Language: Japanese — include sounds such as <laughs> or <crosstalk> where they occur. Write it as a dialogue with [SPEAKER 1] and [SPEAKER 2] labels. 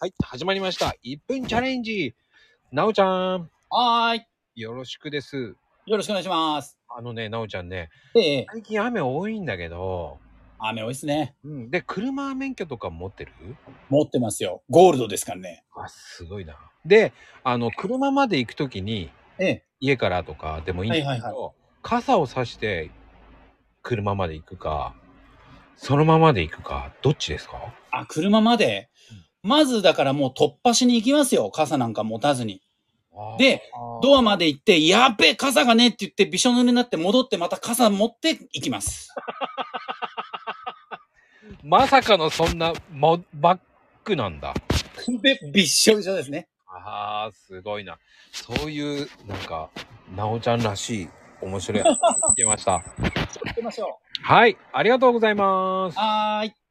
[SPEAKER 1] はい、始まりました。1分チャレンジ。なおちゃん、
[SPEAKER 2] はーい。
[SPEAKER 1] よろしくです。
[SPEAKER 2] よろしくお願いします。
[SPEAKER 1] あのね、なおちゃんね、
[SPEAKER 2] ええ、
[SPEAKER 1] 最近雨多いんだけど、
[SPEAKER 2] 雨多いですね。
[SPEAKER 1] うん、で、車は免許とか持ってる
[SPEAKER 2] 持ってますよ。ゴールドですからね。
[SPEAKER 1] あ、すごいな。で、あの、車まで行くときに、
[SPEAKER 2] ええ。
[SPEAKER 1] 家からとかでもいいんだけど、
[SPEAKER 2] はいはい
[SPEAKER 1] 傘を差して車まで行くか、そのままで行くか、どっちですか
[SPEAKER 2] あ、車まで。まずだからもう突破しに行きますよ。傘なんか持たずに。で、ドアまで行って、やっべえ、傘がねえって言って、びしょ濡れになって戻ってまた傘持って行きます。
[SPEAKER 1] まさかのそんな、ま、バックなんだ。
[SPEAKER 2] <laughs> で、びっしょびしょですね。
[SPEAKER 1] ああ、すごいな。そういう、なんか、なおちゃんらしい、面白い話聞けました。
[SPEAKER 2] 行きましょ
[SPEAKER 1] はい、ありがとうございます
[SPEAKER 2] う。。はーい。